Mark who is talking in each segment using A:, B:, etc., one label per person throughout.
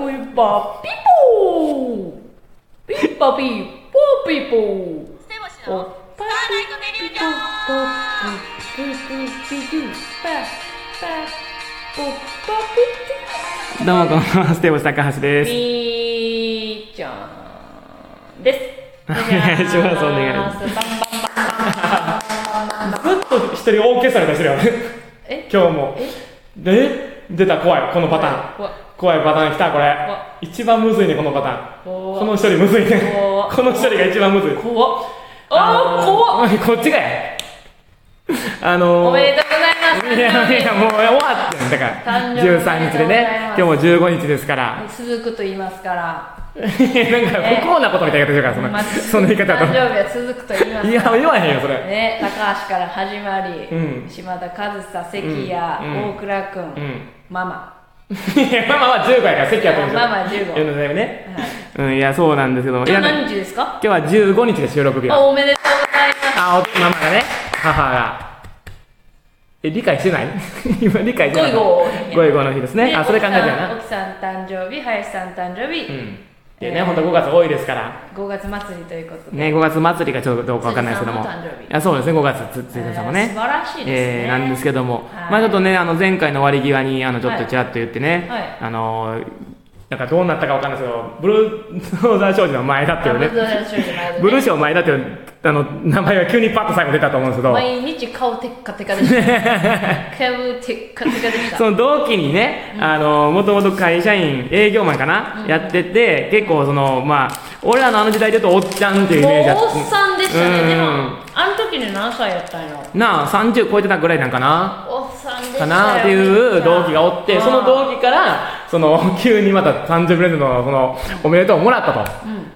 A: pipa, pipo! Pipa, pipo, pipo!
B: ステボシの
A: Opa,
B: スターナイトメリージャーン
A: pipo, popo, pipo, pidu, pa, pa, popa, pidu.
C: どうもこんばんは、ステボシ高橋です。
A: みーちゃんです。
C: お願いしますお願いし
A: す。バンバンバン
C: ずっと一人オーケストラがしてるよね。
A: え
C: 今日も。え出た、怖い、このパターン。
A: うわ
C: 怖いパターン来た、これ
A: 怖。
C: 一番むずいね、このパターン。
A: 怖
C: この一人むずいね。
A: 怖
C: この一人が一番むずい。
A: 怖っあー怖っ
C: っこっちがや。あのー、
A: おめでとうござ
C: い
A: います
C: やいや、もう終わってんだから。
A: 誕生日
C: 13日でね。
A: お
C: 今
A: め
C: 日も15日ですから。
A: 続くと言いますから
C: なんか不幸 なことみたいな言い方して るから、その、その言い方
A: 誕
C: だ
A: 生日は続くと言いま
C: と。
A: す
C: い
A: か
C: や、
A: ら
C: 言わへんよ、それ。
A: ね、高橋から始まり、
C: うん
A: 島田和久関谷、
C: うん
A: 大倉君、
C: うん。
A: ママ
C: いや、まあまあまあ15やから席やってるんですよ。
A: まあまあ15
C: 読んでたよね。
A: はい
C: うん、いや、そうなんですけども。い
A: 今
C: や、
A: 日
C: 今
A: 何日ですか
C: 日は15日で収録日
A: あ
C: は。
A: おめでとうございます
C: あ、お、ママがね、母が。え、理解してない今、理解してない。
A: ゴイゴー
C: ゴイゴーの日ですね。あ、それ考えたよな。
A: 奥さん奥さん誕生日林さん誕生日、
C: うん。でね、ほんと5月多いですから。
A: 5月祭りということで、
C: ね、5月祭りがちょっとどうかわかんないですけども。
A: 辻さんの誕生日
C: あ、そうですね、5月1日さんもね。
A: えー素晴らしいですね、
C: えーなんですけども、
A: はい
C: まあちょっとね、あの前回の終わり際に、あのちょっとちらっと言ってね、
A: はい
C: あのーなんかどうなったかわかんないですけど、ブルーザー少女の前だっていう
A: ブル
C: ね
A: ー、ザー少女前でね
C: ブルーショー前だっていう、あの、名前が急にパッと最後出たと思うんですけど、
A: 毎日顔テッカテカで した顔テッカテカでした
C: その同期にね、あの、もともと会社員、営業マンかな、やってて、結構その、まあ、俺らのあの時代で言うとおっちゃんっていうイ
A: もう
C: メージだ
A: おっさんでしたね、
C: うん
A: でもあの時に何歳やったんや
C: なあ、30超えてたぐらいなんかな
A: おっさんでしたよ
C: かなっていう同期がおって、
A: うん
C: その同期から、その、 急にまた誕生日プレゼントの、その、おめでとうをもらったと。
A: うん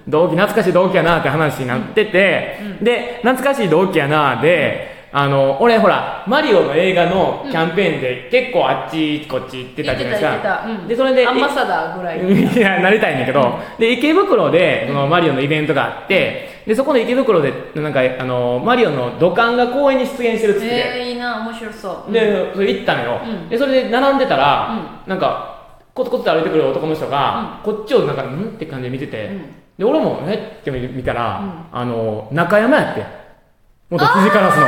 C: 同期、懐かしい同期やなって話になってて、で、懐かしい同期やなで、あの、俺ほら、マリオの映画のキャンペーンで結構あっちこっち行ってたじゃないです
A: 言ってた
C: か。
A: 言ってたうん
C: で、それで、
A: アンバサダーぐらい
C: いや、なりたいんだけど、で、池袋で、そのマリオのイベントがあって、で、そこの池袋で、なんか、あの、マリオの土管が公園に出現してるっつってて、
A: えー、いいな面白そう
C: で、それ行ったのよ、
A: うん
C: でそれで並んでたら、なんかコツコツと歩いてくる男の人が、こっちをなんか「ん?」って感じで見てて、
A: うん
C: で俺も「えっ?」て見たら、
A: うん
C: あの中山やって元辻カラスの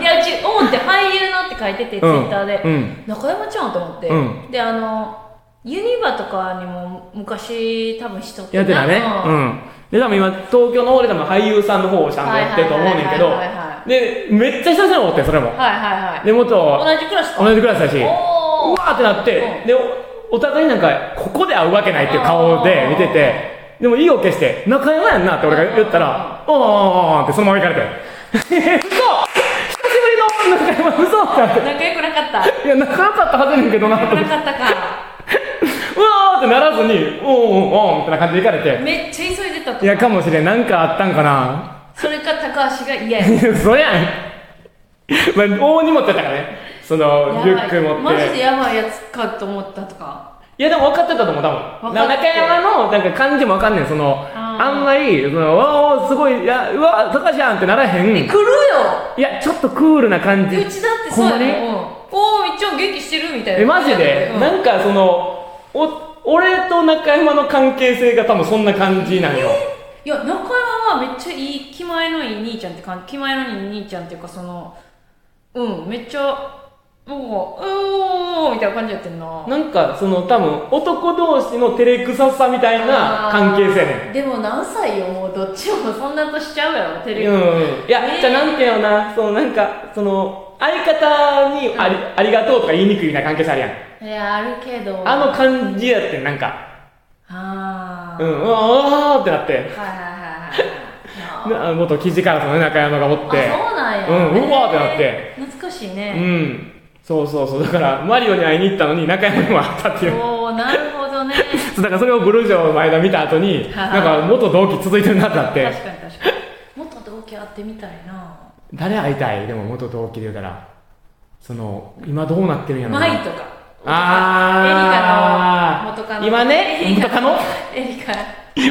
A: いやうち思って俳優のって書いてて、
C: うん
A: ツイッターで、
C: うん
A: 中山ちゃんと思って、
C: う
A: であのユニバとかにも昔多分しとって
C: やってたね
A: な
C: うん、で多分今東京の方で多分俳優さんの方をちゃんとやってると思うねんけど
A: はいはいはいはいは
C: でめっちゃ久々に思ってそれも
A: はいはい
C: で元
A: はい同じクラスか
C: 同じクラスだしう
A: おー
C: わーってなって、
A: うん
C: でおお互いなんかここで会うわけないっていう顔で見ててでも意を決して中山やんなって俺が言ったら「おーおーおーってそのまま行かれて「嘘久しぶりの中山嘘!」ってなって
A: 仲良くなかった
C: いや仲良かったはずやねんけどなと
A: 仲
C: 思
A: 良
C: っ
A: く
C: て
A: なかったか
C: うわーってならずに「おーおーおーみたいな感じで行かれて
A: めっちゃ急いでた
C: い
A: と
C: やかもしれんなんかあったんかな
A: それか高橋が嫌や
C: 嘘やん、まあ、大荷物やったからねそのリュック持っ
A: マジ
C: て
A: でやばいやつかと思ったとか
C: いやでも分かってたと思う多分
A: 分かって
C: 中山のなんか感じも分かんねんその
A: あー
C: あんまりそのわおすごいいやうわ高橋やんってならへ
A: 来
C: ん
A: るよ
C: いやちょっとクールな感じ
A: うちだってそ
C: ほ
A: うんや
C: ま
A: ね
C: に
A: んおおめっちゃ元気してるみたいな
C: えマジで、
A: うん
C: なんかそのお俺と中山の関係性が多分そんな感じなんよ、
A: いや中山はめっちゃいい気前のいい兄ちゃんって感じ気前のいい兄ちゃんっていうかそのうんめっちゃなんかうおーみたいな感じやってんな
C: なんかその多分男同士の照れくささみたいな関係性やねん
A: んでも何歳よもうどっちもそんなとしちゃうやろテレビ、
C: うん、いや、
A: ね
C: じゃあなんていうのな、そのなんか、その、相方にあり,、ありがとうとか言いにくいみたいな関係性あるやん。
A: いやあるけど
C: あの感じやってん、なんか、
A: あ
C: う
A: ー
C: ん、うわーってなって、
A: はいはいはいはいはい
C: なあの元記事からのね中山がおって、
A: あそうなんや、
C: うんうわーってなって
A: 懐かしいうね、
C: ん、そうそうそう、だから、マリオに会いに行ったのに中山にも会ったっていう。
A: おおなるほどね
C: そうだからそれをブルージョーの間見た後に、
A: は
C: なんか元同期続いてるなってなっ
A: 確かに
C: て、
A: 確かにもっと同期会ってみたいな
C: 誰会いたいでも元同期で言うたら、その、今どうなってるんやろな。
A: マイとか
C: あ
A: エリカの元カノ
C: 今ね、元カノ
A: エリカ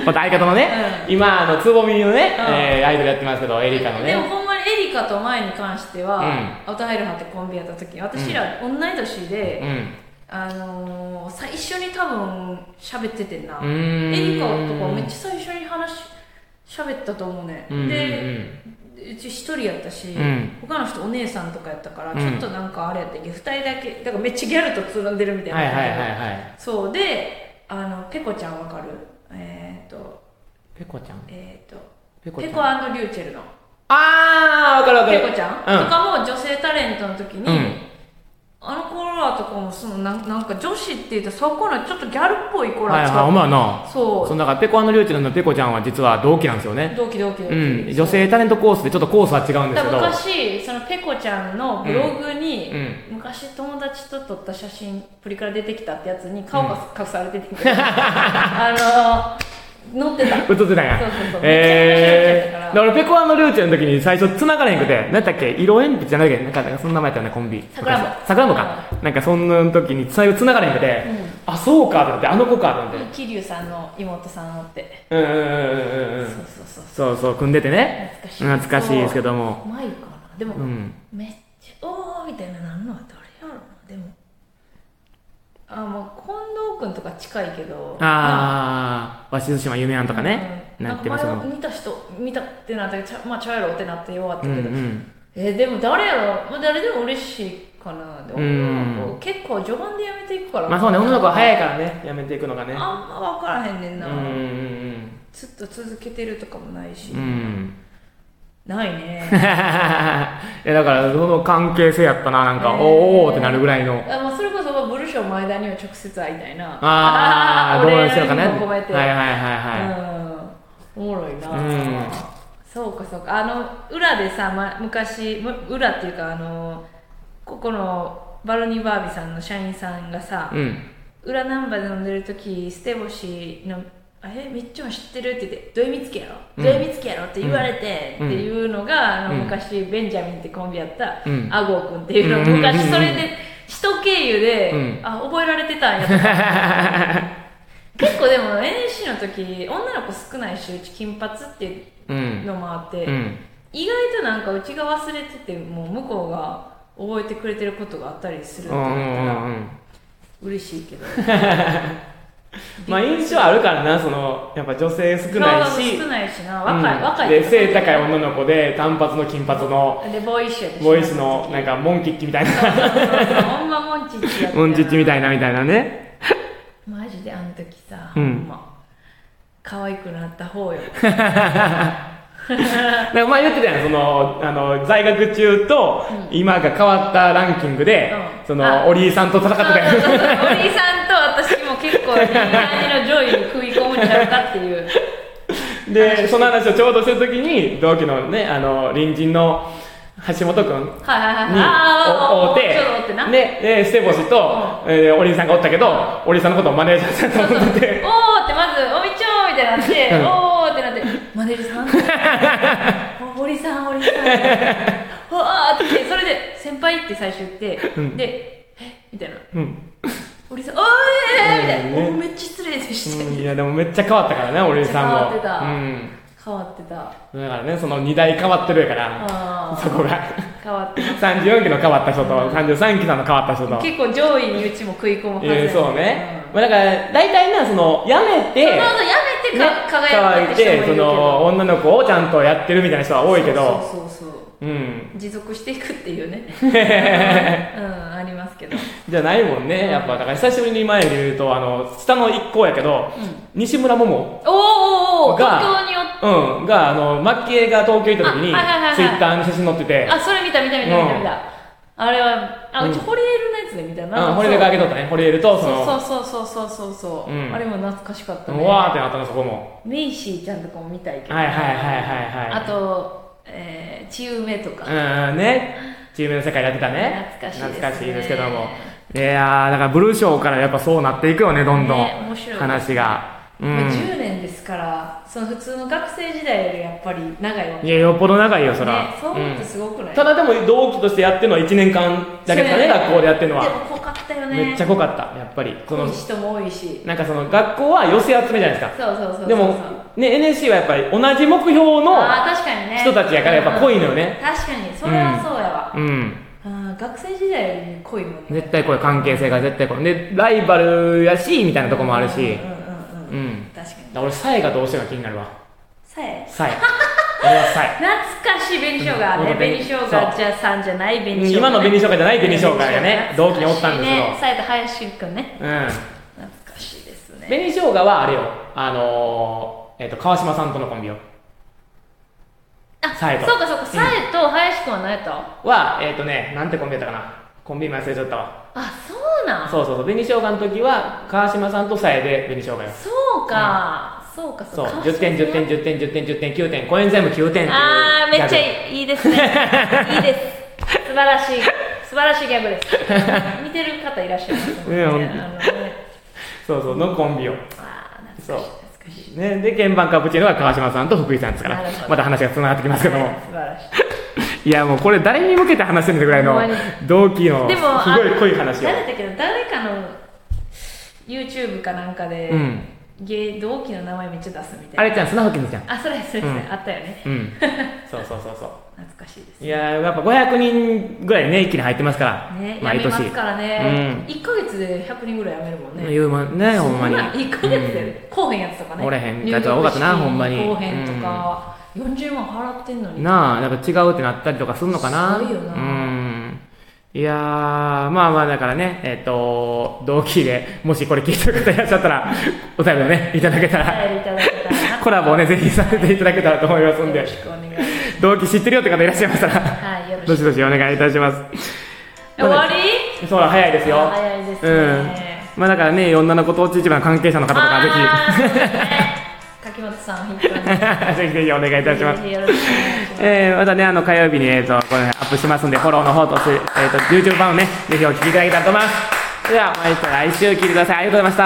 C: また相方のね、今、あの、つぼみのね、
A: うん
C: えーアイドルやってますけど、エリカの
A: でも
C: ね。
A: ほんまにエリカと前に関しては、アウターヘルハンってコンビやった時私ら同い年で、
C: うん。
A: あのー、最初に多分喋っててんな
C: う。ん
A: エリカとかめっちゃ最初に話し喋ったと思うね。
C: うんうんうん
A: で、うち一人やったし、
C: うん
A: 他の人お姉さんとかやったから、
C: うん
A: ちょっとなんかあれやったけど、二人だけ、だからめっちゃギャルとつるんでるみたいな。
C: はいはいはいはい
A: そうで、あの、ペコちゃんわかるえっ、と、
C: ペコちゃん
A: えっ、と、
C: ペコち
A: ペ
C: ゃん
A: コリューチェルの
C: あーわかるわか
A: ペ
C: る
A: コちゃん、
C: うん
A: とかも女性タレントの時に、
C: うん
A: あの子らとかもそのなんなんか女子って言うとそこのちょっとギャルっぽい子
C: は
A: ら
C: いはい
A: 使
C: お
A: う、
C: 前はな
A: そう
C: そのだからペコリュウチェルのペコちゃんは実は同期なんですよね
A: 同期同期同期、
C: うん女性タレントコースでちょっとコースは違うんで
A: だ
C: す
A: から
C: けど
A: 昔そのペコちゃんのブログに、
C: うん
A: 昔友達と撮った写真プリから出てきたってやつに顔が隠され てて、あの載ってた
C: 映ってたんや
A: そうそうそうめ
C: え
A: っちゃ面白いやつだから
C: ー、だから俺ペコリュウチェルの時に最初繋がれへんくて何だっけ色鉛筆じゃないけどなんかなんかそんな名前やったよねコンビ
A: 桜
C: も
A: も
C: 桜もか、なんかそんな時に最初繋がれへんくて、あそうかと思ってあの子かと思って
A: 桐生さんの妹さんおって、
C: うんうんうんうんうんうん
A: そうそうそう
C: そうそう組んでてね
A: 懐かしい
C: 懐かしいですけども
A: 前かなでも、
C: うん
A: めっちゃおーみたいななんのは誰やろなでもあーもう近藤君とか近いけど
C: ああ鷲津島夢庵とかね、
A: うん
C: な
A: なん
C: って
A: か
C: ます
A: 前
C: も
A: は
C: ん
A: 見た人見たってなったけどちゃまあちゃうやろってなって弱った
C: う
A: け
C: んう
A: ど、
C: ん
A: えーでも誰やろ、まあ、誰でも嬉しいかなでも、
C: うん
A: 女の子結構序盤でやめていくから
C: まあそうね女の子は
A: あ
C: 早いからねやめていくのがね
A: んま分からへんねん
C: うん
A: な、
C: うん
A: ずっと続けてるとかもないし、
C: うんうん
A: ないね
C: い やだからその関係性やったななんか、
A: ねえ
C: おーおーってなるぐらいの
A: あまあそれこそブルショー前田には直接会いたいな
C: あ あどうしようかね
A: 俺らにも
C: はい
A: こう
C: は
A: や
C: い
A: って
C: はいは
A: うんおもろいな、
C: うん
A: そうかそうかあの裏でさ、ま、昔む裏っていうかあのここのバルニーバービさんの社員さんがさ
C: い、うん
A: 裏ナンバーで飲んでる時ステボシの「えみっちょん知ってる?」って言って「どえみつけやろ
C: うん
A: どえみつけやろ」って言われて、
C: うん
A: っていうのがあの
C: うん
A: 昔ベンジャミンってコンビやった、
C: うん
A: アゴー君っていうの、
C: うん
A: 昔それで首都経由で、
C: うん
A: あ覚えられてたんやとか 結構でも NSC の時女の子少ないしうち金髪っていううんのもあって、
C: うん
A: 意外となんかうちが忘れててもう向こうが覚えてくれてることがあったりするって
C: う
A: 言っ
C: んう
A: たら
C: んうん
A: 嬉しいけど。
C: まあ印象あるからなそのやっぱ女性少ないし
A: 少ないしな
C: うん
A: 若い、若い
C: で背高い
A: い
C: 女の子で短髪の金髪の
A: でボーイッシュやったし
C: ボイスのなんかモンキッキみたい な
A: そうそうそうほんまモンチッチやった
C: モンチッチみ
A: い
C: たいなみたいなね
A: マジであの時さ、
C: うん
A: ほんま可愛くなった方よ
C: だから前言ってたやんそのあの在学中と
A: う
C: 今が変わったランキングで、
A: うん
C: そ
A: あ
C: のお兄さんと戦って
A: そうそう
C: た
A: そうお
C: やん
A: 兄さんと私も結構いい感じの上位に食い込むんちゃうかって いう
C: でその話をちょうどしてる時に同期のねあの隣人の橋本君
A: はいはいはい
C: に
A: あ
C: お
A: あ
C: 追っ
A: ちょっと追ってな
C: てででステボシと、えーお兄さんがおったけどお兄さんのことをマネージャーさんと思ってて
A: おーってまず「おみちょー」みたいになって
C: うん
A: 「おー」ってなって「マネルさん?」 お堀さん堀さん」おーってそれで「先輩」って最初言って
C: うん
A: で「えみたいな
C: うん
A: 「堀さんおーえー」みたいな「
C: うん
A: お
C: ね
A: ーめっちゃ失礼でし
C: うん
A: て
C: いやでもめっちゃ変わったからね俺さんも
A: めっちゃ変
C: うん」
A: 変わってた
C: だからねその2代変わってるやから
A: あ
C: そこが
A: ー変わってた
C: 34期の変わった人と33期の変わった人と
A: 結構上位にうちも食い込むはずや
C: え
A: ね
C: ーそうね
A: うん
C: まあだから大体なそのやめて
A: その後やめて
C: ね
A: か輝
C: 乾
A: く
C: い
A: って人もいる
C: て
A: け
C: そ
A: ど
C: の女の子をちゃんとやってるみたいな人は多いけど
A: そうそうそうそう
C: うん
A: 持続していくっていう ねうんありますけど
C: じゃないもんねやっぱだから久しぶりに前で言うとあの下の一行やけど西村桃
A: おーおーおー
C: が
A: 東京によって
C: うんがあの蒔絵が東京行った時に
A: あはいはいはいはい
C: ツイッターに写真載ってて
A: あそれ見た見た見た見た見た、あれはあうち
C: うん
A: ホリエルのやつで見たな、
C: うんホリエルがあげとったねホリエルとその
A: そうそうそうそうそうそうそう、
C: うん
A: あれも懐かしかった
C: うわーっ
A: ね
C: てなったのそこも
A: メイシーちゃんとかも見たいけど、
C: はいはいはいはいはい
A: あと、えー、チウメとか、
C: うんねチームの世界やってたね
A: 懐かしいですね
C: 懐かしいですけどもいやーだからブルーショーからやっぱそうなっていくよねどんどん、
A: ね面白い
C: 話がう
A: まあ
C: ん
A: 10年ですからその普通の学生時代よりやっぱり長いわけ
C: いやよっぽど長いよそら、
A: ねそう思うとすごくない、
C: ただでも同期としてやってるのは1年間だけだね
A: そうやね
C: 学校でやってるの
A: で
C: は
A: も濃かったよね
C: めっちゃ濃かったやっぱりそ
A: 濃
C: の
A: い人も多いし
C: なんかその学校は寄せ集めじゃないですか
A: そうそうそうそう
C: でもね NSC はやっぱり同じ目標の
A: あー確かにね
C: 人たちやからやっぱ濃いのよね
A: 確かにそれはそうやわ、
C: うん
A: うんあ学生時代に恋もね
C: 絶対これ関係性が絶対これでライバルやしみたいなとこもあるし
A: うんうんうん
C: う
A: うん、
C: ん
A: 確かに
C: だから俺サイがどうしてるのか気になるわ
A: さえ
C: サ イ俺はサイ
A: 懐かしい紅生姜
C: う
A: ね
C: ん
A: 紅生姜じゃさんじゃない紅生姜、ね、
C: 今の紅生姜じゃない紅生姜がね
A: 懐かしい
C: 同期におったんですけど
A: ねさえと林くんね
C: うん
A: 懐かしいですね
C: 紅生姜はあれよあのーえっと川島さんとのコンビよ
A: あ
C: さえと
A: そうかそうかさえと林くんは何やった、
C: はえっ、とねなんてコンビだったかなコンビ名忘れちゃったわ
A: あそうなん
C: そうそうそう紅生姜の時は川島さんとサイで紅生姜よ
A: そうか、そうか
C: そ
A: そううか
C: 10点10点10点10点10点9点これ全部9点っていう
A: あーめっちゃ
C: い
A: いいいいですねいいです素晴らしい素晴らしいギャグです見てる方いらっしゃいます
C: ねほんと
A: あのね
C: そうそうのコンビよ
A: あー
C: そう
A: 懐かしい懐かしい
C: ね、で鍵盤カプチーノが川島さんと福井さんですから
A: なるほど
C: また話がつながってきますけども
A: 素晴らしい
C: いやもうこれ誰に向けて話してるんだぐらいの
A: ほんま
C: 同期の
A: ですも
C: ごい濃い話を
A: 誰だっけど誰かの YouTube かなんかで、
C: うん
A: 芸同期の名前めっちゃ出すみた
C: あ
A: いな
C: れちゃん砂吹きちゃん
A: あそれそれそれ、
C: うん
A: あったよね
C: うん そうそうそうそ
A: 懐かしいです
C: ういやーやっぱ500人ぐらいね一気に入ってますから、
A: ね、や
C: 毎
A: めま
C: 年
A: すからね、
C: う
A: 一1か月で100人ぐらい辞めるもんね
C: 言うもんねほんまに
A: 1ヶ月で来おへんやつとかね
C: 来おれへんやつは多かったな
A: 入学式
C: ほんまに
A: 来おへんとか、40万払ってんの
C: うん
A: に
C: なあやっぱ違うってなったりとかするのかな
A: すごいよな
C: うんいやーまあまあだからねえっ、と同期でもしこれ聞いてる方いらっしゃったらお便りをねいただけた
A: お
C: ら
A: 便りいただけたらな
C: コラボをね、ぜひさせていただけたらと思いますん
A: よ
C: で
A: ろ、しくお願いします
C: 同期知ってるよって方いらっしゃいまし たら、
A: はいよろしく
C: どしどしお願いいたします。
A: 終わり
C: そうだ、早いですよ。
A: 早いです
C: うん
A: ね、。
C: まあだからね、女の子と一番関係者の方とか、
A: あ
C: ぜ
A: ーそうですね柿本さん本当にぜ
C: ひ、 ぜひぜひお願いいたします。
A: ひよろしくお願いします
C: えー、またね、あの、火曜日に、えっ、と、これ、アップしますんで、フォローの方とし、えっ、と、YouTube 版をね、ぜひお聞きいただけたらと思います。では、毎日来週聞いてください。ありがとうございました。